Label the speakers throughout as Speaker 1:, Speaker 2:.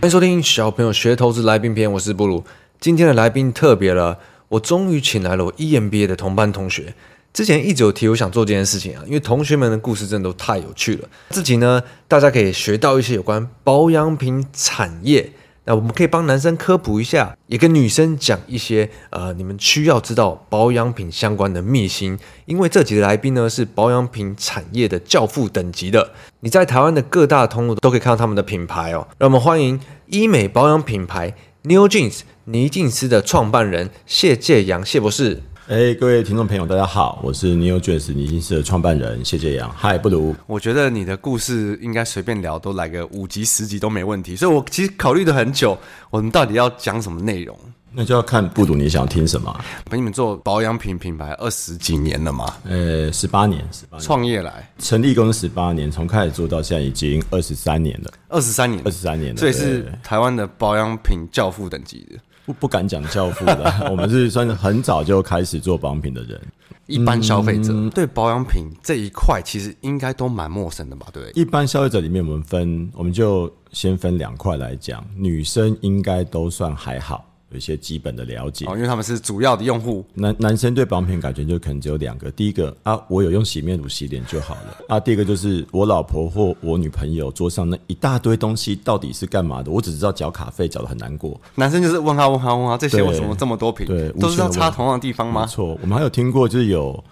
Speaker 1: 欢迎收听小朋友学投资来宾篇，我是布鲁。今天的来宾特别了，我终于请来了我 EMBA 的同班同学。之前一直有提我想做这件事情啊，因为同学们的故事真的都太有趣了。这集呢，大家可以学到一些有关保养品产业。那我们可以帮男生科普一下，也跟女生讲一些呃你们需要知道保养品相关的秘辛，因为这集的来宾呢是保养品产业的教父等级的，你在台湾的各大通路都可以看到他们的品牌哦。让我们欢迎医美保养品牌 New Jeans 尼静斯的创办人谢介阳谢博士。
Speaker 2: 哎、各位听众朋友，大家好，我是 New Jeans 尼金社的创办人谢介阳。嗨，不如
Speaker 3: 我觉得你的故事应该随便聊，都来个五集十集都没问题。所以我其实考虑了很久，我们到底要讲什么内容？
Speaker 2: 那就要看不如你想听什么。
Speaker 3: 陪你们做保养品品牌二十几年了嘛，
Speaker 2: 呃，十八年，十八年，
Speaker 3: 创业来
Speaker 2: 成立公司十八年，从开始做到现在已经二十三年了，
Speaker 3: 二十三年，
Speaker 2: 二十三年了，
Speaker 3: 所以
Speaker 2: 对
Speaker 3: 是台湾的保养品教父等级的。
Speaker 2: 不不敢讲教父 的，我们是算是很早就开始做保养品的人。
Speaker 3: 一般消费者、
Speaker 2: 嗯
Speaker 3: 对保养品这一块其实应该都蛮陌生的吧？对不对？
Speaker 2: 一般消费者里面，我们分，我们就先分两块来讲，女生应该都算还好，有一些基本的了解。
Speaker 3: 哦，因为他们是主要的用户，
Speaker 2: 男男生对保养品感觉就可能只有两个，第一个啊，我有用洗面乳洗脸就好了啊。第二个就是我老婆或我女朋友桌上那一大堆东西到底是干嘛的，我只知道缴卡费，缴的很难过。
Speaker 3: 男生就是问号问号问号，这些
Speaker 2: 对
Speaker 3: 为什么这么多瓶
Speaker 2: 对？
Speaker 3: 都是要
Speaker 2: 无嗯限的
Speaker 3: 插
Speaker 2: 问
Speaker 3: 同样的地方
Speaker 2: 没
Speaker 3: 吗？
Speaker 2: 错，我们还有听过就是有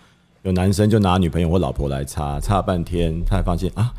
Speaker 2: 有男生就拿女朋友或老婆来擦，擦了半天，他才发现啊，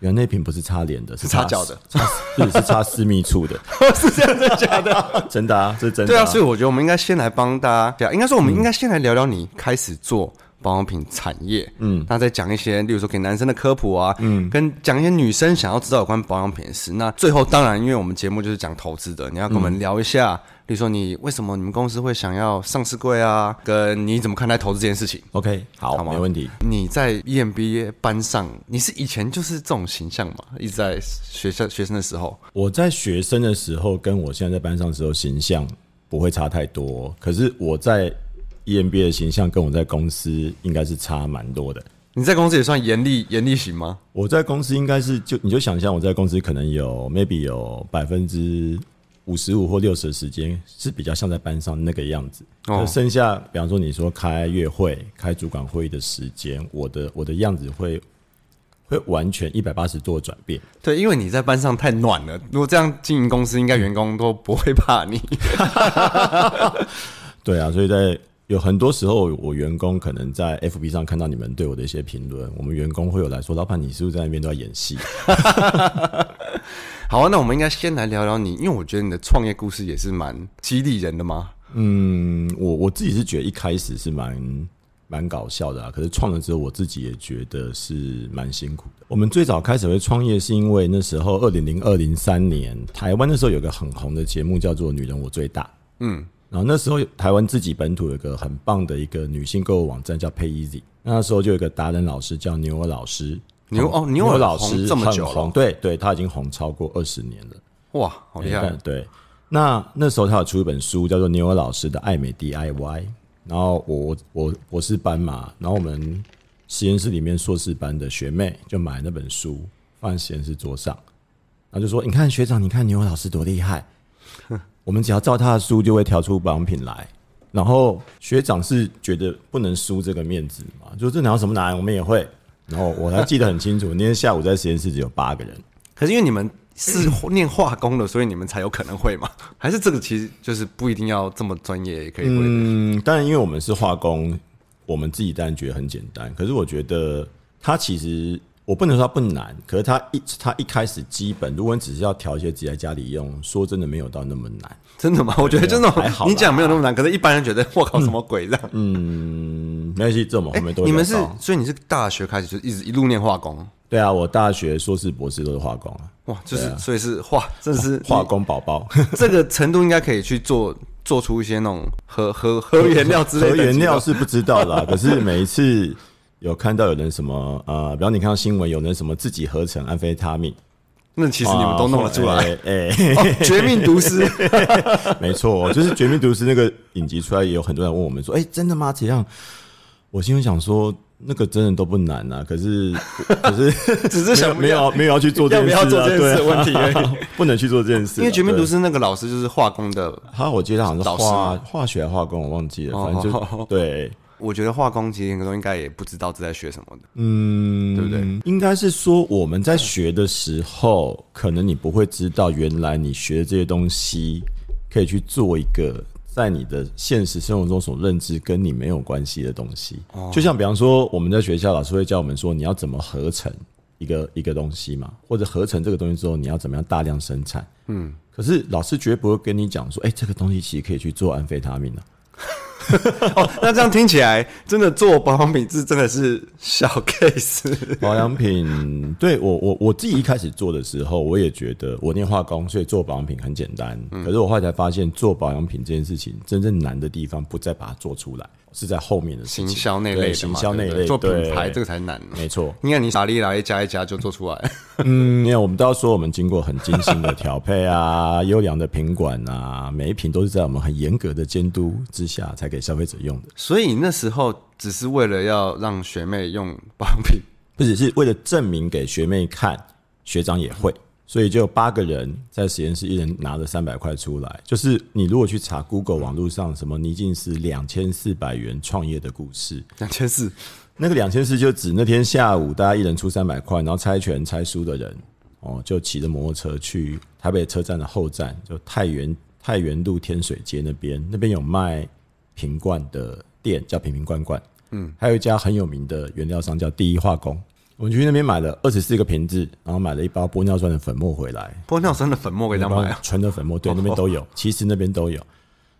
Speaker 2: 原来那瓶不是擦脸的，是
Speaker 3: 擦脚的，
Speaker 2: 擦不是是擦私密处的，
Speaker 3: 是这样子假的？
Speaker 2: 真的啊，这是真的、
Speaker 3: 对啊，所以我觉得我们应该先来帮大家，对啊，应该说我们应该先来聊聊你开始做保养品产业，嗯，那再讲一些，例如说给男生的科普啊，嗯，跟讲一些女生想要知道有关保养品的事。那最后当然，因为我们节目就是讲投资的，你要跟我们聊一下，例如说你为什么你们公司会想要上市柜啊，跟你怎么看待投资这件事情。
Speaker 2: OK，好，
Speaker 3: 吗
Speaker 2: 没问题。
Speaker 3: 你在 E EMBA 班上，你是以前就是这种形象嘛？一直在学校学生的时候，
Speaker 2: 我在学生的时候跟我现在在班上的时候形象不会差太多，可是我在 EMBA 的形象跟我在公司应该是差蛮多的。
Speaker 3: 你在公司也算严厉严厉型吗？
Speaker 2: 我在公司应该是就你就想象我在公司可能有 maybe 有百分之五十五或六十的时间是比较像在班上那个样子，
Speaker 3: 哦
Speaker 2: 就剩下比方说你说开月会、开主管会议的时间，我的我的样子会会完全一百八十度的转变。
Speaker 3: 对，因为你在班上太暖了，如果这样经营公司，应该员工都不会怕你。
Speaker 2: 对啊，所以在有很多时候，我员工可能在 FB 上看到你们对我的一些评论，我们员工会有来说：“老板，你是不是在那边都在演戏
Speaker 3: 好、啊，那我们应该先来聊聊你，因为我觉得你的创业故事也是蛮激励人的嘛。？”
Speaker 2: 嗯，我我自己是觉得一开始是蛮蛮搞笑的啊，可是创了之后，我自己也觉得是蛮辛苦的。我们最早开始会创业，是因为那时候二零零二零三年，台湾那时候有个很红的节目叫做《女人我最大》，
Speaker 3: 嗯
Speaker 2: 然后那时候台湾自己本土有一个很棒的一个女性购物网站叫 PayEasy，那时候就有一个达人老师叫牛尔老师，
Speaker 3: 牛哦牛尔
Speaker 2: 尔老
Speaker 3: 红
Speaker 2: 师
Speaker 3: 这么
Speaker 2: 很
Speaker 3: 久了
Speaker 2: 红对对，他已经红超过二十年了，
Speaker 3: 哇，好厉害！
Speaker 2: 但对，那那时候他有出一本书叫做牛尔老师的爱美 DIY，然后我我我是班嘛，然后我们实验室里面硕士班的学妹就买那本书放在实验室桌上，然后就说：“你看学长，你看牛尔老师多厉害， 我们只要照他的书就会调出保养品来。”然后学长是觉得不能输这个面子嘛，就这哪有什么难，我们也会。然后我还记得很清楚，那天下午在实验室只有八个人，
Speaker 3: 可是因为你们是念化工的，所以你们才有可能会嘛？ 还是这个其实就是不一定要这么专业也可以会？
Speaker 2: 嗯，当然，因为我们是化工，我们自己当然觉得很简单。可是我觉得它其实我不能说它不难，可是它一它一开始基本，如果你只是要调一些自己在家里用，说真的没有到那么难。
Speaker 3: 真的吗？我觉得就那
Speaker 2: 还好
Speaker 3: 种
Speaker 2: 啦
Speaker 3: 你讲没有那么难，可是一般人觉 得我靠什么鬼这样。
Speaker 2: 嗯，没关系，这我们后面都会
Speaker 3: 你们
Speaker 2: 聊
Speaker 3: 是
Speaker 2: 到
Speaker 3: 所以你是大学开始就一直一路念化工，
Speaker 2: 对啊，我大学硕士、博士都是化工啊，
Speaker 3: 哇，就是、所以是化，真的是
Speaker 2: 化工宝宝。
Speaker 3: 这个程度应该可以去做做出一些那种核核核原料 之类的啊
Speaker 2: 核原料
Speaker 3: 东西
Speaker 2: 是不知道啦，可是每一次有看到有人什么呃，比方你看到新闻有人什么自己合成安非他命，
Speaker 3: 吧，那其实你们都弄了出 来。
Speaker 2: 哎、哎
Speaker 3: 哦，绝命毒师，
Speaker 2: 没错，就是《绝命毒师》那个影集出来，也有很多人问我们说：“哎、真的吗？怎样？”我心里想说，那个真的都不难啊，可是可是
Speaker 1: 只是想不
Speaker 2: 没有没有没有要去做这件事、啊，
Speaker 1: 要不要做这件事
Speaker 2: 对啊
Speaker 1: 问题而
Speaker 2: 不能去做这件事啊、
Speaker 3: 因为绝命
Speaker 2: 对
Speaker 3: 毒师那个老师就是化工的，
Speaker 2: 他我记得好像是
Speaker 3: 老师
Speaker 2: 化
Speaker 3: 吗
Speaker 2: 化学还是化工，我忘记了，反正就、
Speaker 3: 哦
Speaker 2: 对，
Speaker 3: 我觉得化工其实很多应该也不知道这在学什么的。
Speaker 2: 嗯，
Speaker 3: 对不对？
Speaker 2: 应该是说我们在学的时候，可能你不会知道，原来你学的这些东西可以去做一个在你的现实生活中所认知跟你没有关系的东西。就像比方说，我们在学校老师会教我们说，你要怎么合成一个一个东西嘛，或者合成这个东西之后，你要怎么样大量生产。嗯，可是老师绝不会跟你讲说，哎、这个东西其实可以去做安非他命啊。
Speaker 3: 哦，那这样听起来，真的做保养品质真的是小 case。
Speaker 2: 保养品， 对我我我自己一开始做的时候，我也觉得我念化工，所以做保养品很简单。
Speaker 3: 嗯
Speaker 2: 可是我后来才发现，做保养品这件事情真正难的地方，不在把它做出来，是在后面的事情
Speaker 3: 行销那类
Speaker 2: 对
Speaker 3: 的
Speaker 2: 行
Speaker 3: 嘛
Speaker 2: 销那
Speaker 3: 对
Speaker 2: 一
Speaker 3: 不
Speaker 2: 类
Speaker 3: 对做品
Speaker 2: 对
Speaker 3: 牌这个才难。
Speaker 2: 没错。
Speaker 3: 应该你傻力来加一加就做出来，
Speaker 2: 嗯，没有，我们都要说我们经过很精心的调配啊， 优良的品管啊，每一瓶都是在我们很严格的监督之下才给消费者用的。
Speaker 3: 所以那时候只是为了要让学妹用保养品。
Speaker 2: 不只是为了证明给学妹看，学长也会，所以就有八个人在实验室，一人拿着三百块出来。就是你如果去查 Google 网络上什么倪静思两千四百元创业的故事，
Speaker 3: 两千四，
Speaker 2: 那个两千四就指那天下午大家一人出三百块，然后猜拳猜输的人哦，就骑着摩托车去台北车站的后站，就太原太原路天水街那边，那边有卖瓶罐的店，叫瓶瓶罐罐。嗯，还有一家很有名的原料商叫第一化工，我们去那边买了二十四个瓶子，然后买了一包玻尿酸的粉末回来，
Speaker 3: 玻尿酸的粉末给他
Speaker 2: 然后
Speaker 3: 买啊，
Speaker 2: 纯的粉末，对，那边
Speaker 3: 哦
Speaker 2: 都有，其实那边都有。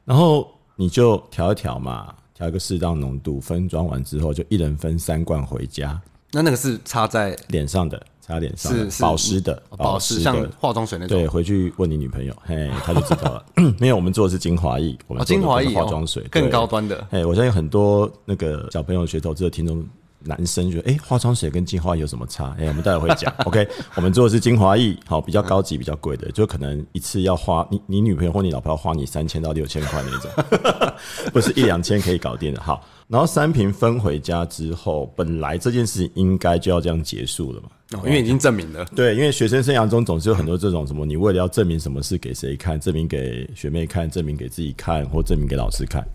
Speaker 2: 然后你就调一调嘛，调一个适当浓度，分装完之后就一人分三罐回家，
Speaker 3: 那那个是插在
Speaker 2: 脸上的擦脸上的
Speaker 3: 是，是哦
Speaker 2: 保湿的，
Speaker 3: 保
Speaker 2: 湿
Speaker 3: 湿，
Speaker 2: 的
Speaker 3: 像，化妆水那种。
Speaker 2: 对，回去问你女朋友，嘿，她就知道 了。没有，我们做的是精华液，我们
Speaker 3: 哦，
Speaker 2: 做的
Speaker 3: 精华
Speaker 2: 不是
Speaker 3: 液、
Speaker 2: 化妆水
Speaker 3: 哦、更高。
Speaker 2: 对
Speaker 3: 端的，
Speaker 2: 哎，我相信很多那个小朋友学投资的听众。男生觉得，哎、化妆水跟精华液有什么差？哎、我们待会会讲。OK，我们做的是精华液，好，比较高级、比较贵的，就可能一次要花你你女朋友或你老婆要花你三千到六千块那种，不是一两千可以搞定的。好，然后三瓶分回家之后，本来这件事情应该就要这样结束了嘛，
Speaker 3: 哦，因为已经证明了。
Speaker 2: 对，因为学生生涯中总是有很多这种什么，你为了要证明什么事给谁看，证明给学妹看，证明给自己看，或证明给老师看。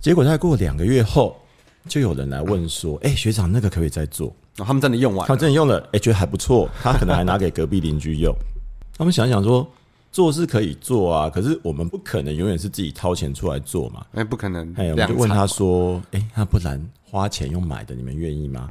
Speaker 2: 结果大概过两个月后，就有人来问说：“哎、学长，那个可不可以再做？”
Speaker 3: 哦、他们真的用完
Speaker 2: 他
Speaker 3: 了，
Speaker 2: 真的用了，哎、觉得还不错，他可能还拿给隔壁邻居用。他们想想说，做是可以做啊，可是我们不可能永远是自己掏钱出来做嘛。
Speaker 3: 哎、不可能
Speaker 2: 哎，我们
Speaker 3: 量产。
Speaker 2: 就问他说：“哎、那不然花钱用买的，你们愿意吗？”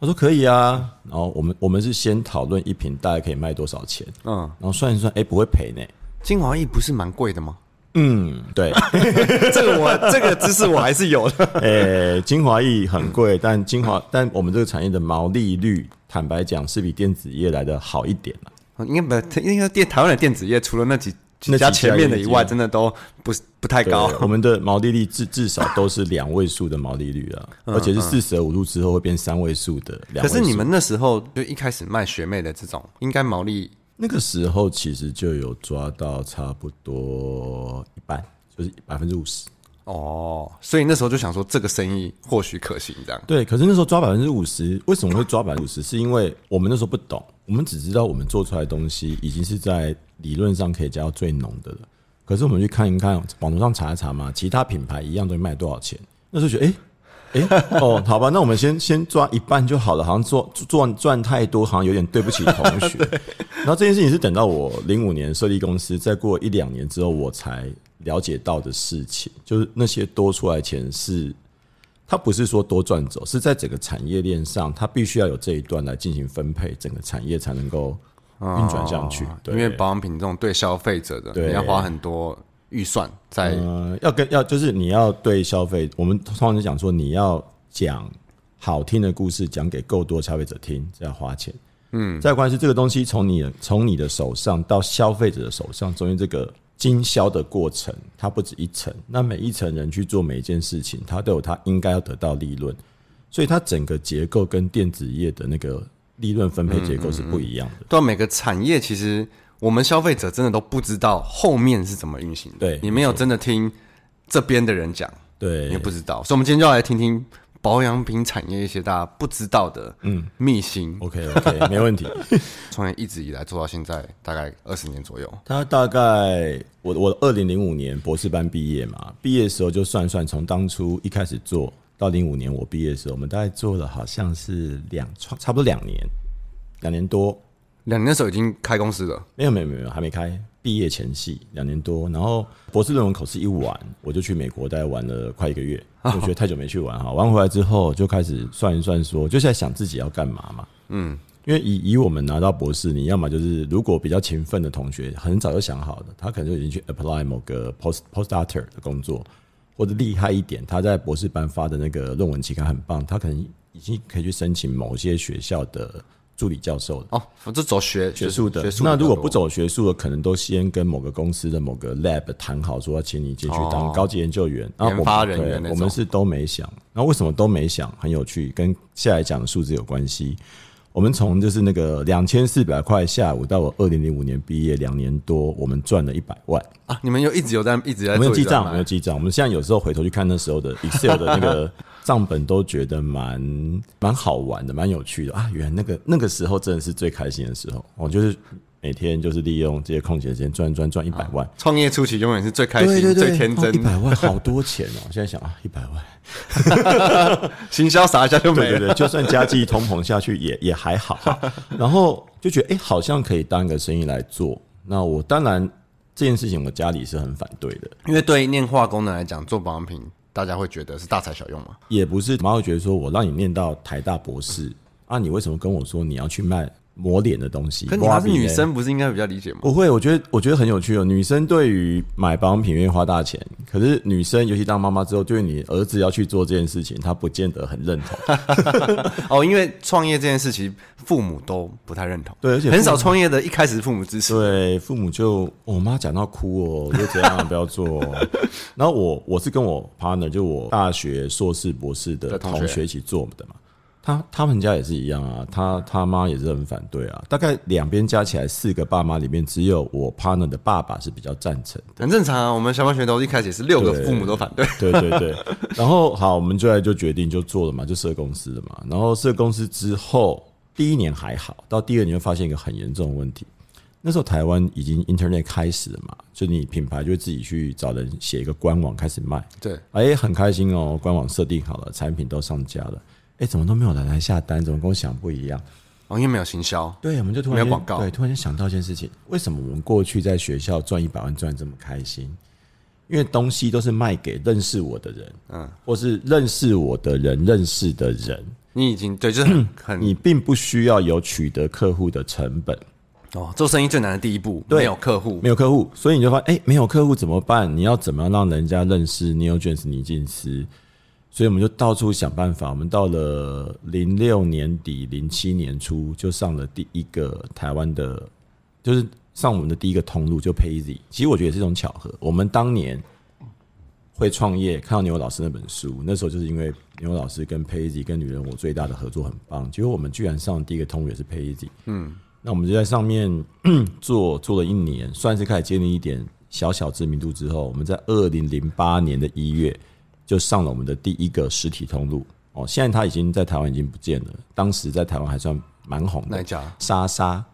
Speaker 2: 他说：“可以啊。”然后我们我们是先讨论一瓶大概可以卖多少钱，
Speaker 3: 嗯，
Speaker 2: 然后算一算，哎、不会赔呢。
Speaker 3: 精华液不是蛮贵的吗？
Speaker 2: 嗯，对，
Speaker 3: 这个我这个知识我还是有 的。
Speaker 2: 哎、精华液很贵，但精华但我们这个产业的毛利率，坦白讲是比电子业来的好一点啦。
Speaker 3: 哦应该不，应该电台湾的电子业除了那几几家
Speaker 2: 那几家
Speaker 3: 前面的以
Speaker 2: 已
Speaker 3: 外，
Speaker 2: 经
Speaker 3: 真的都不是不太
Speaker 2: 对
Speaker 3: 高。
Speaker 2: 我们的毛利率至至少都是两位数的毛利率啊，而且是四舍五入之后会变三位数的两
Speaker 3: 嗯可
Speaker 2: 位数。
Speaker 3: 是你们那时候就一开始卖学妹的这种，应该毛利
Speaker 2: 那个时候其实就有抓到差不多一半，就是百分之五十。
Speaker 3: 哦，所以那时候就想说这个生意或许可行这样。
Speaker 2: 对，可是那时候抓百分之五十，为什么会抓百分之五十？是因为我们那时候不懂，我们只知道我们做出来的东西已经是在理论上可以加到最浓的了。可是我们去看一看，网络上查一查嘛，其他品牌一样都卖多少钱？那时候觉得，哎、哎、哦，好吧，那我们先先抓一半就好了，好像做赚赚太多，好像有点对不起同学。然后这件事情是等到我零五年设立公司，再过一两年之后，我才了解到的事情，就是那些多出来的钱是它不是说多赚走，是在整个产业链上，它必须要有这一段来进行分配，整个产业才能够运转上去。
Speaker 3: 哦
Speaker 2: 对，
Speaker 3: 因为保养品这种对消费者的，
Speaker 2: 对
Speaker 3: 你要花很多预算在
Speaker 2: 呃，要跟要就是你要对消费，我们通常是讲说你要讲好听的故事，讲给够多消费者听，这要花钱。嗯，再关键是这个东西从你的从你的手上到消费者的手上，中间这个经销的过程，它不止一层，那每一层人去做每一件事情，它都有它应该要得到利润，所以它整个结构跟电子业的那个利润分配结构是不一样的。
Speaker 3: 对啊每个产业，其实我们消费者真的都不知道后面是怎么运行的。
Speaker 2: 对
Speaker 3: 你没有真的听这边的人讲，
Speaker 2: 对，
Speaker 3: 你也不知道。所以，我们今天就要来听听保养品产业一些大家不知道的嗯秘辛。
Speaker 2: OK OK，没问题。
Speaker 3: 创业一直以来做到现在大概二十年左右，
Speaker 2: 他大概我我二零零五年博士班毕业嘛，毕业的时候就算算，从当初一开始做到零五年我毕业的时候，我们大概做了好像是两差差不多两年，两年多。
Speaker 3: 两年的时候已经开公司了。
Speaker 2: 没有没有没有，还没开，毕业前夕两年多，然后博士论文考试一完，我就去美国待玩了快一个月，我觉得太久没去玩哈，玩回来之后就开始算一算说，就是在想自己要干嘛嘛，嗯，因为以以我们拿到博士，你要么就是如果比较勤奋的同学，很早就想好的，他可能就已经去 apply 某个 post postdoctor 的工作，或者厉害一点，他在博士班发的那个论文期刊很棒，他可能已经可以去申请某些学校的助理教授了。
Speaker 3: 哦，我就走学
Speaker 2: 学术的
Speaker 3: 学。术
Speaker 2: 那
Speaker 3: 比较
Speaker 2: 如果
Speaker 3: 多
Speaker 2: 不走学术的，可能都先跟某个公司的某个 lab 谈好，说要请你进去当高级研究员、然后我们
Speaker 3: 哦研发人员那
Speaker 2: 对
Speaker 3: 种
Speaker 2: 我们是都没想。那为什么都没想？很有趣，跟下来讲的数字有关系。我们从就是那个两千四百块下午到我二零零五年毕业两年多，我们赚了一百万。
Speaker 3: 啊，你们有一直有在一直在
Speaker 2: 我
Speaker 3: 哎做
Speaker 2: 们有记账，我们
Speaker 3: 一直在卖
Speaker 2: 有记账。我们现在有时候回头去看那时候的 Excel 的那个账本，都觉得蛮蛮好玩的，蛮有趣的啊！原来那个那个时候真的是最开心的时候，我就是每天就是利用这些空闲时间赚赚赚一百万。
Speaker 3: 创业初期永远是最开
Speaker 2: 对
Speaker 3: 心、
Speaker 2: 对对，哦
Speaker 3: 最天真
Speaker 2: 一，百万好多钱哦！ 我现在想啊，一百万，
Speaker 3: 行销撒一下就没
Speaker 2: 对对对，
Speaker 3: 了。
Speaker 2: 就算加计通膨下去也也还好哈。 然后就觉得哎、诶好像可以当一个生意来做。那我当然这件事情，我家里是很反对的，
Speaker 3: 因为对念化工的来讲，做保养品大家会觉得是大材小用嘛。
Speaker 2: 也不是妈会觉得说我让你念到台大博士啊，你为什么跟我说你要去卖抹脸的东西？
Speaker 3: 可你要是
Speaker 2: 挖鼻
Speaker 3: 女
Speaker 2: 嘞
Speaker 3: 生，不是应该比较理解吗？
Speaker 2: 不会，我觉得我觉得很有趣哦。女生对于买保养品愿意花大钱，可是女生尤其当妈妈之后，对于你儿子要去做这件事情，她不见得很认同。
Speaker 3: 哦，因为创业这件事情，父母都不太认同。
Speaker 2: 对而且
Speaker 3: 很
Speaker 2: 父母
Speaker 3: 少创业的一开始父母支持。
Speaker 2: 对，父母就、哦我妈讲到哭哦，就怎样不要做、哦。然后我我是跟我 partner，就我大学硕士博士的
Speaker 3: 的同
Speaker 2: 同
Speaker 3: 学
Speaker 2: 学一起做的嘛。他他们家也是一样啊，他他妈也是很反对啊。大概两边加起来四个爸妈里面，只有我 partner 的爸爸是比较赞成。
Speaker 3: 很正常啊，我们小马学都一开始也是六个
Speaker 2: 对
Speaker 3: 父母都反对，
Speaker 2: 对对对，然后好，我们就来就决定就做了嘛，就设公司了嘛。然后设公司之后，第一年还好，到第二年就发现一个很严重的问题。那时候台湾已经 Internet 开始了嘛，就你品牌就会自己去找人写一个官网开始卖。
Speaker 3: 对，
Speaker 2: 哎，很开心哦，官网设定好了，产品都上架了。哎，怎么都没有人来下单？怎么跟我想不一样？
Speaker 3: 哦，因为没有行销，
Speaker 2: 对，我们就突
Speaker 3: 没有
Speaker 2: 然间
Speaker 3: 广告
Speaker 2: 对，突然间想到一件事情：为什么我们过去在学校赚一百万赚这么开心？因为东西都是卖给认识我的人，嗯，或是认识我的人认识的人，
Speaker 3: 你已经对，就是 很很
Speaker 2: 你并不需要有取得客户的成本，
Speaker 3: 哦，做生意最难的第一步，
Speaker 2: 对
Speaker 3: 没有客户，
Speaker 2: 没有客户，所以你就发现，哎、没有客户怎么办？你要怎么样让人家认识 NeoGens 尼金斯？所以我们就到处想办法。我们到了零六年底、零七年初，就上了第一个台湾的，就是上我们的第一个通路，就 Payz。其实我觉得也是一种巧合。我们当年会创业，看到牛老师那本书，那时候就是因为牛老师跟 Payz 跟女人我最大的合作很棒，结果我们居然上的第一个通路也是 Payz。嗯，那我们就在上面 做做了一年，算是开始建立一点小小知名度之后，我们在二零零八年的一月就上了我们的第一个实体通路。哦，现在它已经在台湾已经不见了，当时在台湾还算蛮红
Speaker 3: 哪一
Speaker 2: 的。
Speaker 3: 家？
Speaker 2: 莎莎，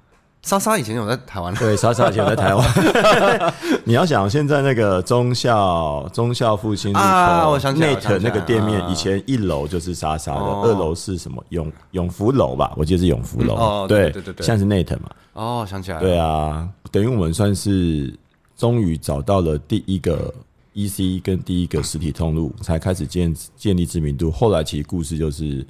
Speaker 3: 莎莎以前有在台湾，
Speaker 2: 对，莎莎以前在台湾。 你要想现在那个中校中校复兴路口、
Speaker 3: 啊我想起来我
Speaker 2: Net
Speaker 3: 想起
Speaker 2: 那
Speaker 3: 来
Speaker 2: 个店面
Speaker 3: 啊，
Speaker 2: 以前一楼就是莎莎的，
Speaker 3: 哦
Speaker 2: 二楼是什么永永福楼吧？我记得是永福楼。
Speaker 3: 嗯哦对对对对
Speaker 2: 现在是 Net 嘛？
Speaker 3: 哦，想起来了，
Speaker 2: 对啊，等于我们算是终于找到了第一个 EC 跟第一个实体通路，才开始建建立知名度。后来其实故事就是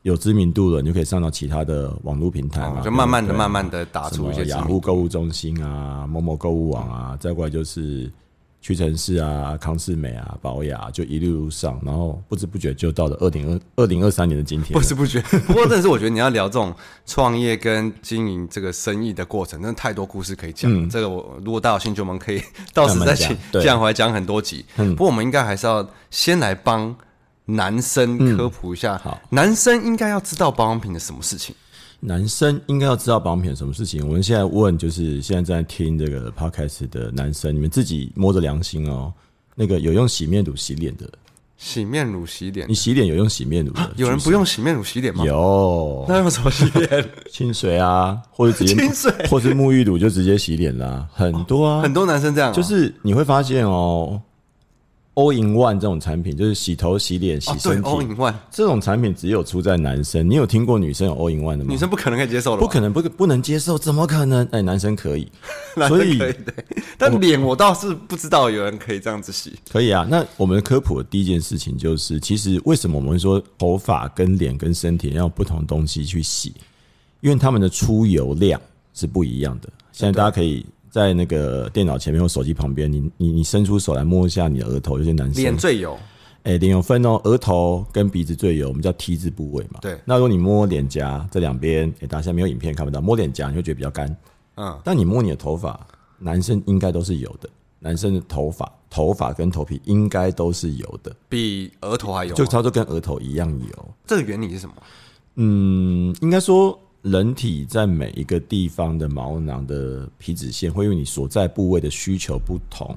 Speaker 2: 有知名度了，你就可以上到其他的网络平台嘛，
Speaker 3: 哦就慢慢的、
Speaker 2: 对
Speaker 3: 慢慢的打
Speaker 2: 什
Speaker 3: 出
Speaker 2: 么
Speaker 3: 一些知
Speaker 2: 雅
Speaker 3: 名
Speaker 2: 虎购物中心啊、某某购物网啊，再过来就是屈臣氏啊、康士美啊、宝雅，就一路上，然后不知不觉就到了二零二二零二三年的今天
Speaker 3: 不
Speaker 2: 了。
Speaker 3: 知不 觉。不过，真的是我觉得你要聊这种创业跟经营这个生意的过程，真的太多故事可以讲。这个我如果大家有兴趣，我们可以到时再
Speaker 2: 嗯
Speaker 3: 请
Speaker 2: 慢慢讲对嗯
Speaker 3: 讲回来讲很多集。不过，我们应该还是要先来帮男生科普一下，
Speaker 2: 嗯好
Speaker 3: 男生应该要知道保养品的什么事情。
Speaker 2: 男生应该要知道保养品有什么事情。我们现在问，就是现在正在听这个 podcast 的男生，你们自己摸着良心哦，那个有用洗面乳洗脸的，
Speaker 3: 洗面乳、洗脸
Speaker 2: 你，洗脸有用洗面乳的？
Speaker 3: 啊有人
Speaker 2: 就是
Speaker 3: 不用洗面乳、洗脸吗？
Speaker 2: 有
Speaker 3: 那用什么洗脸？
Speaker 2: 清水啊，或者直接
Speaker 3: 清水
Speaker 2: 或是沐浴乳就直接洗脸啦、很多啊，
Speaker 3: 很多男生这样哦，
Speaker 2: 就是你会发现哦，All in One 这种产品，就是洗头、洗脸、洗
Speaker 3: 哦，对
Speaker 2: 身体、嗯
Speaker 3: ，all in one，
Speaker 2: 这种产品只有出在男生。你有听过女生有 All in One 的吗？
Speaker 3: 女生啊不可能可以接受的吧，
Speaker 2: 不可能，不可不能接受，怎么可能？哎，男生 可以，所以
Speaker 3: 可以的。但脸我倒是不知道有人可以这样子洗。
Speaker 2: 可以啊。那我们科普的第一件事情就是，其实为什么我们会说头发跟脸跟身体要不同东西去洗？因为他们的出油量是不一样的。现在大家可以在那个电脑前面或手机旁边，你你你伸出手来摸一下你的额头，有些男生
Speaker 3: 脸最油，
Speaker 2: 哎，脸有分哦，额头跟鼻子最油，我们叫 T 字部位嘛。
Speaker 3: 对
Speaker 2: 那如果你摸脸颊这两边，哎，大家现在没有影片看不到，摸脸颊你会觉得比较干。
Speaker 3: 嗯，
Speaker 2: 但你摸你的头发，男生应该都是油的，男生的头发、头发跟头皮应该都是油的，
Speaker 3: 比额头还油啊
Speaker 2: 就
Speaker 3: 吗。
Speaker 2: 差不多跟额头一样油。
Speaker 3: 这个原理是什么？
Speaker 2: 嗯，应该说人体在每一个地方的毛囊的皮脂腺会因为你所在部位的需求不同，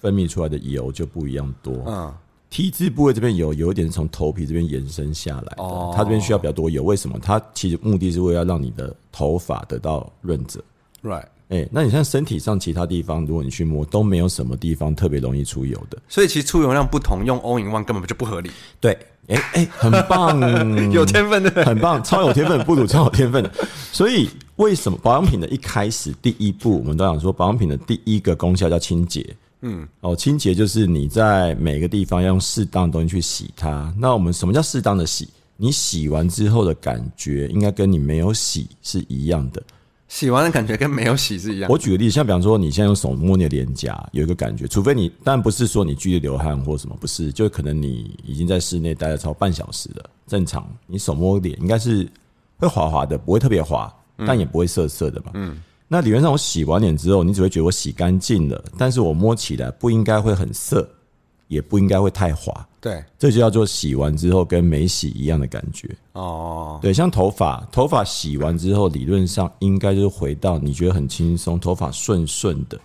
Speaker 2: 分泌出来的油就不一样多。
Speaker 3: 嗯，
Speaker 2: T 字部位这边有有一点是从头皮这边延伸下来的，
Speaker 3: 哦
Speaker 2: 它这边需要比较多油。为什么？它其实目的是为了要让你的头发得到润泽。
Speaker 3: Right，
Speaker 2: 哎、那你像身体上其他地方，如果你去摸，都没有什么地方特别容易出油的。
Speaker 3: 所以其实出油量不同，用 all in one 根本就不合理。
Speaker 2: 对，哎、哎、很棒，
Speaker 3: 有天分的，
Speaker 2: 很棒，超有天分，布鲁超有天分。所以为什么保养品的一开始第一步，我们都想说保养品的第一个功效叫清洁。嗯，哦，清洁就是你在每个地方要用适当的东西去洗它。那我们什么叫适当的洗？你洗完之后的感觉应该跟你没有洗是一样的。
Speaker 3: 洗完的感觉跟没有洗是一样。
Speaker 2: 我举个例子，像比方说，你现在用手摸你的脸颊，有一个感觉，除非你，但不是说你剧烈流汗或什么，不是，就可能你已经在室内待了超半小时了，正常，你手摸脸应该是会滑滑的，不会特别滑，但也不会涩涩的嘛。嗯，那理论上我洗完脸之后，你只会觉得我洗干净了，但是我摸起来不应该会很涩，也不应该会太滑，
Speaker 3: 对，
Speaker 2: 这就叫做洗完之后跟没洗一样的感觉。
Speaker 3: 哦，
Speaker 2: 对，像头发，头发洗完之后，理论上应该就是回到你觉得很轻松，头发顺顺的，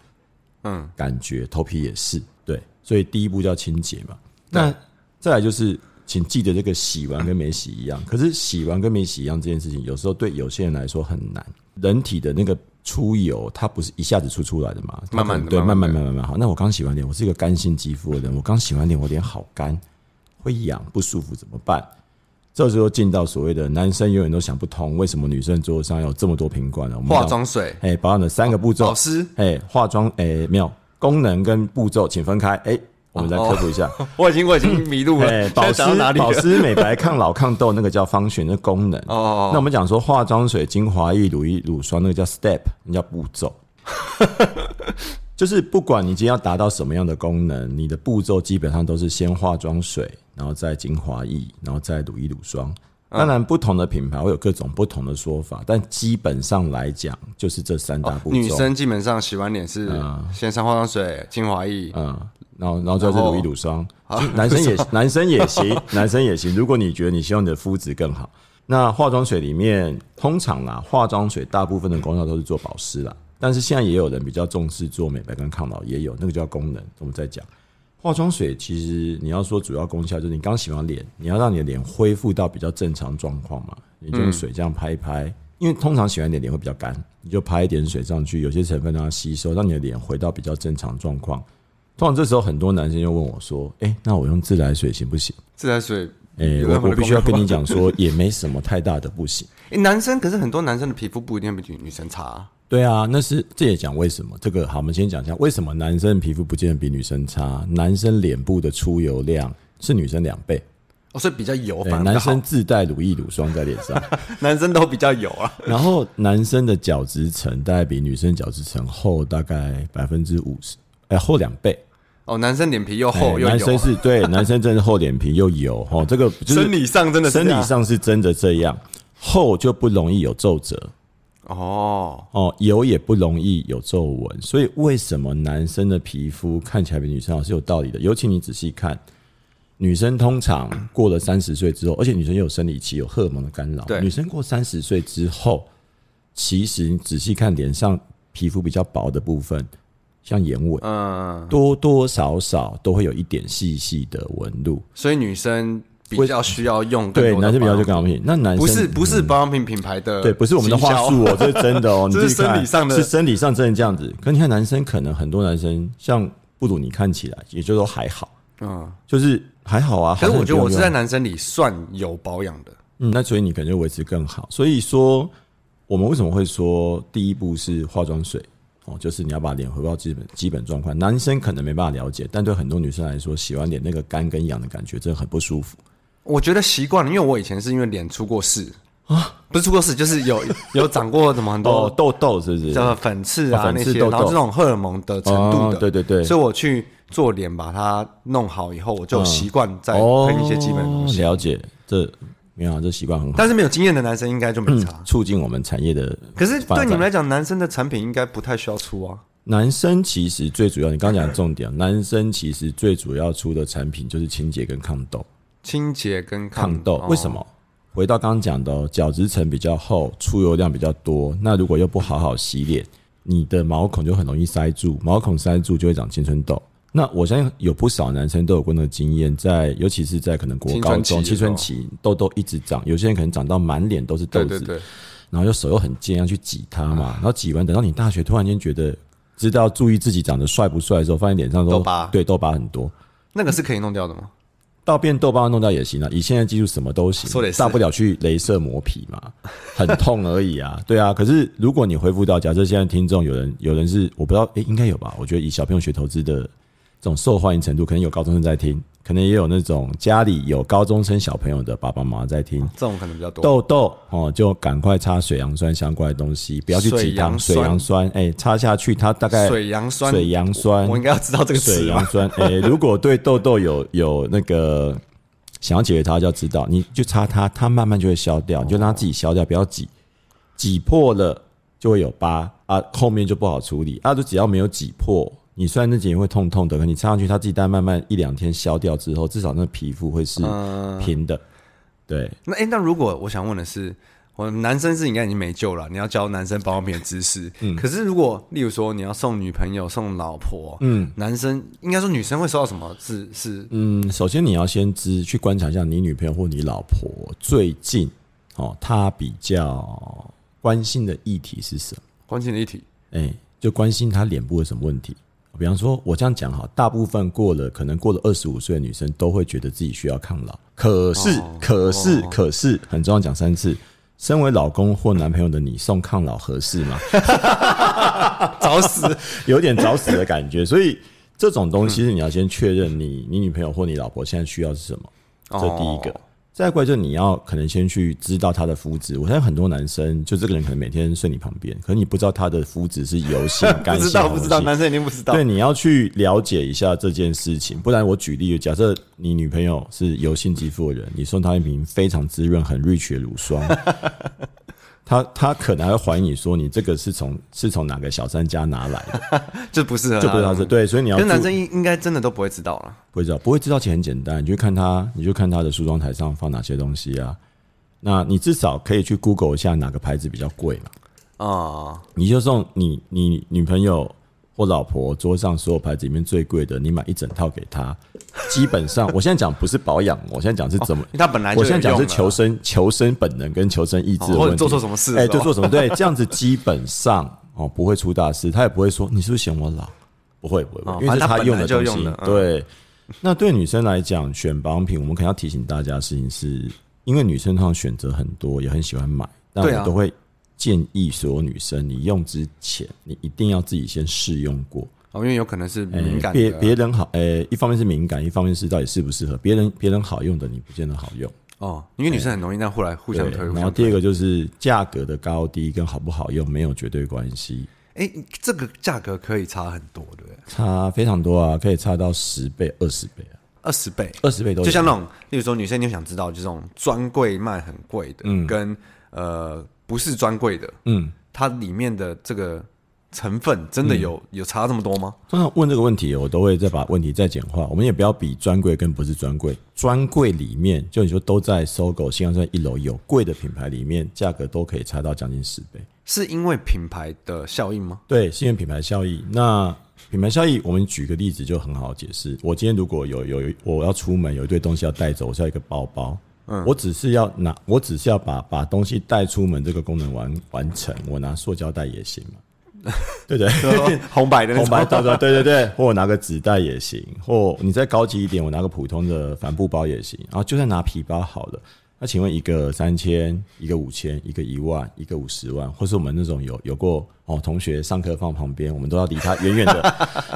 Speaker 3: 嗯，
Speaker 2: 感觉头皮也是对，所以第一步叫清洁嘛。那再来就是，请记得这个洗完跟没洗一样。可是洗完跟没洗一样这件事情，有时候对有些人来说很难。人体的那个出油，它不是一下子出出来的嘛，它
Speaker 3: 慢慢
Speaker 2: 可能
Speaker 3: 的
Speaker 2: 对，
Speaker 3: 慢
Speaker 2: 慢
Speaker 3: 慢
Speaker 2: 慢慢慢慢。好，那我刚洗完脸，我是一个干性肌肤的人，我刚洗完脸，我脸好干，会痒不舒服，怎么办？这时候进到所谓的男生永远都想不通，为什么女生桌上有这么多瓶罐啊呢？我们
Speaker 3: 化
Speaker 2: 讲
Speaker 3: 妆哦水、
Speaker 2: 哎、保养的三个步骤
Speaker 3: 保，湿，
Speaker 2: 哎、化妆哎、没有功能跟步骤请分开，哎、我们来科普一下，
Speaker 3: 我已经我已经迷路了，
Speaker 2: 哎、
Speaker 3: 现
Speaker 2: 保
Speaker 3: 在
Speaker 2: 湿
Speaker 3: 讲到哪里
Speaker 2: 保
Speaker 3: 了？
Speaker 2: 湿美白抗老抗痘那个叫方选的功能，
Speaker 3: 哦哦，
Speaker 2: 那我们讲说化妆水、精华液、乳液、乳霜，那个叫 step，那叫步 骤。就是不管你今天要达到什么样的功能，你的步骤基本上都是先化妆水，然后再精华液，然后再乳液、乳霜。
Speaker 3: 嗯
Speaker 2: 当然，不同的品牌会有各种不同的说法，但基本上来讲，就是这三大步骤。
Speaker 3: 哦女生基本上洗完脸是先上化妆水、精华液，
Speaker 2: 嗯，然后然后再是乳液乳霜，男生也男生也行， 男生也行。如果你觉得你希望你的肤质更好，那化妆水里面通常啦，化妆水大部分的功效都是做保湿啦，但是现在也有人比较重视做美白跟抗老，也有那个叫功能，我们再讲。化妆水其实你要说主要功效就是你刚洗完脸，你要让你的脸恢复到比较正常状况嘛，你就用水这样拍一拍，因为通常洗完脸脸会比较干，你就拍一点水上去，有些成分让它吸收，让你的脸回到比较正常状况。通常这时候很多男生又问我说：“哎、那我用自来水行不行
Speaker 3: 自来水？”。
Speaker 2: 哎、
Speaker 3: 有
Speaker 2: 我
Speaker 3: 任何
Speaker 2: 我
Speaker 3: 的
Speaker 2: 必须要
Speaker 3: 功
Speaker 2: 跟
Speaker 3: 能吗
Speaker 2: 你讲说， 也没什么太大的不行。
Speaker 3: 欸男生可是很多男生的皮肤不一定比女生差啊、
Speaker 2: 对啊，那是这也讲为什么这个好，我们先讲一下为什么男生皮肤不见得比女生差，男生脸部的出油量是女生两倍，
Speaker 3: 哦，所以比较油，
Speaker 2: 哎
Speaker 3: 反而比较
Speaker 2: 男
Speaker 3: 好
Speaker 2: 生自带乳液乳霜在脸 上，
Speaker 3: 男生都比较油啊。
Speaker 2: 然后男生的角质层大概比女生角质层厚大概百分之五十，哎，厚两倍。
Speaker 3: 哦，男生脸皮又
Speaker 2: 哎
Speaker 3: 厚又
Speaker 2: 男
Speaker 3: 油
Speaker 2: 生
Speaker 3: 啊，
Speaker 2: 是对男生真的厚脸皮又油哦，这个就是
Speaker 3: 生理上真的是
Speaker 2: 生
Speaker 3: 这
Speaker 2: 理
Speaker 3: 样
Speaker 2: 上是真的这样，厚就不容易有皱褶
Speaker 3: 哦，
Speaker 2: 哦，油也不容易有皱纹，所以为什么男生的皮肤看起来比女生好是有道理的？尤其你仔细看，女生通常过了三十岁之后，而且女生又有生理期，有荷尔蒙的干扰，
Speaker 3: 对
Speaker 2: 女生过三十岁之后，其实你仔细看脸上皮肤比较薄的部分，像眼尾，
Speaker 3: 嗯，
Speaker 2: 多多少少都会有一点细细的纹路。
Speaker 3: 所以女生比较需要用更
Speaker 2: 对，
Speaker 3: 多的
Speaker 2: 男生比较就
Speaker 3: 保
Speaker 2: 干
Speaker 3: 养
Speaker 2: 嘛品，那男生嗯
Speaker 3: 不是不是保养品品牌的，
Speaker 2: 对，不是我们的话术 哦，这是真的哦，你
Speaker 3: 呃这是
Speaker 2: 自己看
Speaker 3: 生理上的
Speaker 2: 是生理上真的这样子。可你看男生，可能很多男生像布鲁，你看起来也就都还好，
Speaker 3: 嗯，
Speaker 2: 就是还好啊。
Speaker 3: 可
Speaker 2: 好
Speaker 3: 是
Speaker 2: 像
Speaker 3: 我觉得
Speaker 2: 也
Speaker 3: 我
Speaker 2: 不
Speaker 3: 是
Speaker 2: 用
Speaker 3: 在男生里算有保养的，
Speaker 2: 嗯，那所以你可能就维持更好。所以说，我们为什么会说第一步是化妆水哦，就是你要把脸回到基本基本状况。男生可能没办法了解，但对很多女生来说，洗完脸那个干跟痒的感觉真的很不舒服。
Speaker 3: 我觉得习惯了，因为我以前是因为脸出过事啊，不是出过事，就是有 有长过什么很
Speaker 2: 哦痘
Speaker 3: 多，
Speaker 2: 痘是不是？
Speaker 3: 叫粉刺
Speaker 2: 哦
Speaker 3: 啊那
Speaker 2: 粉刺
Speaker 3: 些，
Speaker 2: 痘痘
Speaker 3: 然后这种荷尔蒙的程度
Speaker 2: 哦
Speaker 3: 的，
Speaker 2: 对对对
Speaker 3: 所以我去做脸把它弄好以后，我就
Speaker 2: 嗯
Speaker 3: 习惯再
Speaker 2: 哦
Speaker 3: 喷一些基本的东西，
Speaker 2: 了解，这没有啊，这习惯很好，
Speaker 3: 但是没有经验的男生应该就没差。
Speaker 2: 促进我们产业的
Speaker 3: 可是
Speaker 2: 发
Speaker 3: 对
Speaker 2: 展
Speaker 3: 你们来讲，男生的产品应该不太需要出啊。
Speaker 2: 男生其实最主要，你刚刚讲的重点，啊男生其实最主要出的产品就是清洁跟抗痘。
Speaker 3: 清洁跟
Speaker 2: 抗痘，为什？
Speaker 3: 哦
Speaker 2: 么？回到刚刚讲的、哦，角质层比较厚，出油量比较多，那如果又不好好洗脸，你的毛孔就很容易塞住，毛孔塞住就会长青春痘。那我相信有不少男生都有过那个经验，在尤其是在可能国高中
Speaker 3: 青
Speaker 2: 青
Speaker 3: 春
Speaker 2: 春
Speaker 3: 期
Speaker 2: 期，痘痘一直长，有些人可能长到满脸都是痘
Speaker 3: 对
Speaker 2: 子，
Speaker 3: 对啊对，
Speaker 2: 然后又手又很尖，要去挤它嘛，然后挤完，等到你大学突然间觉得知道注意自己长得帅不帅的时候，发现脸上都
Speaker 3: 痘疤
Speaker 2: 对痘疤很多，
Speaker 3: 那个是可以弄掉的吗？
Speaker 2: 到变痘疤弄掉也行啊，以现在技术什么都行
Speaker 3: 说得也，是
Speaker 2: 大不了去镭射磨皮嘛， 很痛而已啊，对啊。可是如果你恢复到，假设现在听众有人有人是我不知道，诶、应该有吧？我觉得以小朋友学投资的这种受欢迎程度，可能有高中生在听，可能也有那种家里有高中生小朋友的爸爸妈妈在听。
Speaker 3: 这种可能比较多。
Speaker 2: 痘痘哦，就赶快擦水杨酸相关的东西，不要去
Speaker 3: 水
Speaker 2: 挤
Speaker 3: 杨
Speaker 2: 它。水
Speaker 3: 酸
Speaker 2: 杨酸，哎、擦下去它大概
Speaker 3: 水杨酸，
Speaker 2: 水杨酸，
Speaker 3: 我应该要知道 这个
Speaker 2: 水
Speaker 3: 词吧
Speaker 2: 杨？酸，诶、如果对痘痘有有那个想要解决它，就要知道，你就擦它，它慢慢就会消掉，你就让它自己消掉，不要挤，挤破了就会有疤啊，后面就不好处理啊。就只要没有挤破，你虽然那几天会痛痛的，可你擦上去，它自己但慢慢一两天消掉之后，至少那皮肤会是
Speaker 3: 嗯
Speaker 2: 平的。对，
Speaker 3: 呃那哎、诶那如果我想问的是，我男生是应该已经没救了，你要教男生保养品的知识。
Speaker 2: 嗯
Speaker 3: 可是如果例如说你要送女朋友、送老婆，嗯，男生应该说女生会收到什么？是是，
Speaker 2: 嗯，首先你要先知去观察一下你女朋友或你老婆最近哦，她比较关心的议题是什么。
Speaker 3: 关键的一题，
Speaker 2: 哎、就关心她脸部有什么问题。比方说，我这样讲哈，大部分过了可能过了二十五岁的女生都会觉得自己需要抗老，可是、
Speaker 3: 哦
Speaker 2: 可是、
Speaker 3: 哦
Speaker 2: 可是很重要，讲三次。身为老公或男朋友的你送抗老合适吗？
Speaker 3: 找死！嗯
Speaker 2: 有点找死的感觉，所以这种东西是你要先确认你你女朋友或你老婆现在需要是什么，这第一个。
Speaker 3: 哦
Speaker 2: 再过来就是你要可能先去知道她的肤质，我相信很多男生就这个人可能每天睡你旁边，可是你不知道她的肤质是油 性、
Speaker 3: 不
Speaker 2: 干性、
Speaker 3: 知道
Speaker 2: 红
Speaker 3: 不知道，
Speaker 2: 性
Speaker 3: 男生一定不知道。
Speaker 2: 对，你要去了解一下这件事情，不然我举例，假设你女朋友是油性肌肤的人，你送她一瓶非常滋润、很 rich 的乳 霜，她她可能还会怀疑你说你这个是从是从哪个小三家拿来 的，
Speaker 3: 就不适合，
Speaker 2: 就不知道是。对，所以你要
Speaker 3: 可是男
Speaker 2: 注
Speaker 3: 生应应该真的都不会知道了。
Speaker 2: 不会知道，不会知道，其实很简单，你就看他，你就看他的梳妆台上放哪些东西啊。那你至少可以去 Google 一下哪个牌子比较贵嘛。
Speaker 3: 啊、
Speaker 2: 你就送你你女朋友或老婆桌上所有牌子里面最贵的，你买一整套给她。基本上，我现在讲不是保养，我现在讲是怎么。
Speaker 3: 因为他 本来就
Speaker 2: 我现在讲
Speaker 3: 有
Speaker 2: 是
Speaker 3: 用了
Speaker 2: 求生、求生本能跟求生意志的
Speaker 3: 哦
Speaker 2: 问
Speaker 3: 或
Speaker 2: 题。
Speaker 3: 者做错什么事的
Speaker 2: 哎、
Speaker 3: 时候
Speaker 2: 就做什么？对，这样子基本上 哦不会出大事，他也不会说你是不是嫌我老，不会不会，不
Speaker 3: 哦
Speaker 2: 会因为这是
Speaker 3: 反正他
Speaker 2: 他
Speaker 3: 本
Speaker 2: 用的
Speaker 3: 来就
Speaker 2: 东
Speaker 3: 用
Speaker 2: 西。
Speaker 3: 的嗯
Speaker 2: 对，那对女生来讲，选保养品，我们可能要提醒大家的事情是，因为女生通常选择很多，也很喜欢买，但
Speaker 3: 对啊
Speaker 2: 我都会建议所有女生，你用之前，你一定要自己先试用过。
Speaker 3: 哦，因为有可能是
Speaker 2: 哎
Speaker 3: 敏感的，
Speaker 2: 别别人好，呃、一方面是敏感，一方面是到底适不适合别人，别人好用的你不见得好用。
Speaker 3: 哦，因为女生很容易那样互来互相
Speaker 2: 哎对，
Speaker 3: 推，
Speaker 2: 然
Speaker 3: 互
Speaker 2: 后
Speaker 3: 相
Speaker 2: 第
Speaker 3: 推。
Speaker 2: 二个就是价格的高低跟好不好用没有绝对关系，
Speaker 3: 哎、这个价格可以差很多，对不对？
Speaker 2: 差非常多啊，可以差到十倍、二十倍啊，
Speaker 3: 二十倍，
Speaker 2: 二十倍都有
Speaker 3: 就像那种，例如说女生，你想知道，就这种专柜卖很贵的，跟呃不是专柜的，
Speaker 2: 嗯，
Speaker 3: 它里面的这个成分真的
Speaker 2: 嗯
Speaker 3: 有、有差这么多吗？
Speaker 2: 通常问这个问题，我都会再把问题再简化。我们也不要比专柜跟不是专柜，专柜里面就你说都在搜狗新阳山一楼有贵的品牌里面，价格都可以差到将近十倍。
Speaker 3: 是因为品牌的效应吗？
Speaker 2: 对，信任品牌效益。那品牌效益，我们举个例子就很好解释。我今天如果有有我要出门，有一堆东西要带走，我需要一个包包。嗯，我只是要拿，我只是要把把东西带出门这个功能完完成，我拿塑胶袋也行嘛，对不对？
Speaker 3: 红白的 那
Speaker 2: 红白
Speaker 3: 种
Speaker 2: 大包，对对对，或我拿个纸袋也行，或你再高级一点，我拿个普通的帆布包也行。然后就算拿皮包好了，那请问一个三千，一个五千，一个一万，一个五十万，或是我们那种有有过哦，同学上课放旁边，我们都要离他远远 的，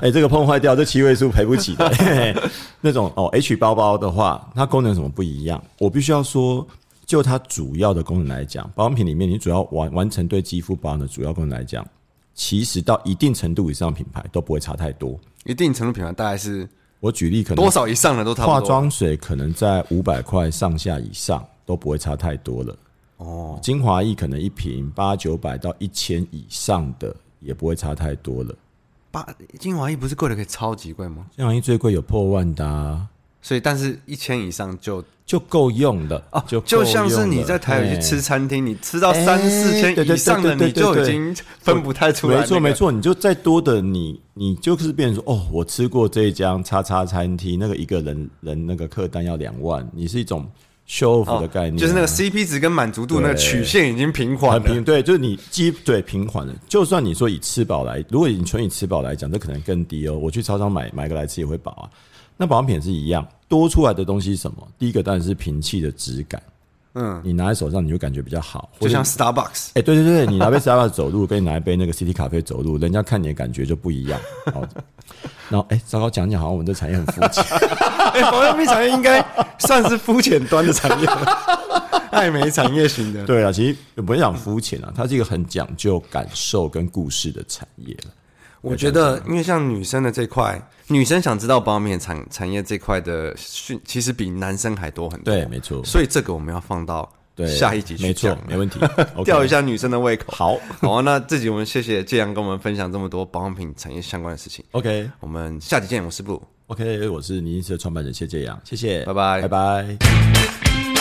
Speaker 2: 哎、这个碰坏掉，这七位数赔不起的 嘿嘿那种哦。H 包包的话，它功能有什么不一样？我必须要说。就它主要的功能来讲，保养品里面你主要完完成对肌肤保养的主要功能来讲，其实到一定程度以上，品牌都不会差太多。
Speaker 3: 一定程度品牌大概是
Speaker 2: 我举例，可能
Speaker 3: 多少以上的都差不多。
Speaker 2: 化妆水可能在五百块上下以上都不会差太多了。哦，精华液可能一瓶八九百到一千以上的也不会差太多了。
Speaker 3: 八精华液不是贵的可以超级贵吗？
Speaker 2: 精华液最贵有破万的啊、
Speaker 3: 所以但是一千以上就
Speaker 2: 就够用了
Speaker 3: 哦，
Speaker 2: 就
Speaker 3: 就像是你在台北去吃餐厅，你吃到三四千以上的，你就已经分不太出来。
Speaker 2: 没错没
Speaker 3: 那个，
Speaker 2: 错，你就再多的你，你就是变成说，哦，我吃过这一家叉叉餐厅，那个一个人人那个客单要两万，你是一种 show off 的概念啊、
Speaker 3: 哦就是那个 CP 值跟满足度那个
Speaker 2: 对
Speaker 3: 曲线已经平缓
Speaker 2: 很
Speaker 3: 了
Speaker 2: 平，。对，就是你基对平缓的。就算你说以吃饱来，如果你纯以吃饱来讲，这可能更低哦。我去超商买买个来吃也会饱啊。那保养品也是一样，多出来的东西是什么？第一个当然是瓶器的质感，
Speaker 3: 嗯，
Speaker 2: 你拿在手上你就感觉比较好，或
Speaker 3: 就
Speaker 2: 者
Speaker 3: 像 Starbucks
Speaker 2: 哎、对对对，你拿杯 Starbucks 走路，跟你拿一杯那个 City 咖啡走路，人家看你的感觉就不一样。好，然后哎、糟糕，讲讲好像我们这产业很肤 浅。
Speaker 3: 哎，保养品产业应该算是肤浅端的产业了，爱美产业型的。
Speaker 2: 对啊，其实也不会讲肤浅啊，它是一个很讲究感受跟故事的产业了。
Speaker 3: 我觉得，因为像女生的这块，女生想知道保养品产产业这块的讯，其实比男生还多很多。
Speaker 2: 对，没错，
Speaker 3: 所以这个我们要放到
Speaker 2: 对，
Speaker 3: 下一集去
Speaker 2: 没错
Speaker 3: 讲，。
Speaker 2: 没问题
Speaker 3: 吊
Speaker 2: OK
Speaker 3: 一下女生的胃口。
Speaker 2: 好
Speaker 3: 好啊，那这集我们谢谢建阳跟我们分享这么多保养品产业相关的事情。
Speaker 2: ，OK
Speaker 3: 我们下集见，我是布鲁。
Speaker 2: OK，我是尼斯的创办人谢介阳，谢谢，
Speaker 3: 拜
Speaker 2: 拜
Speaker 3: 拜
Speaker 2: 拜。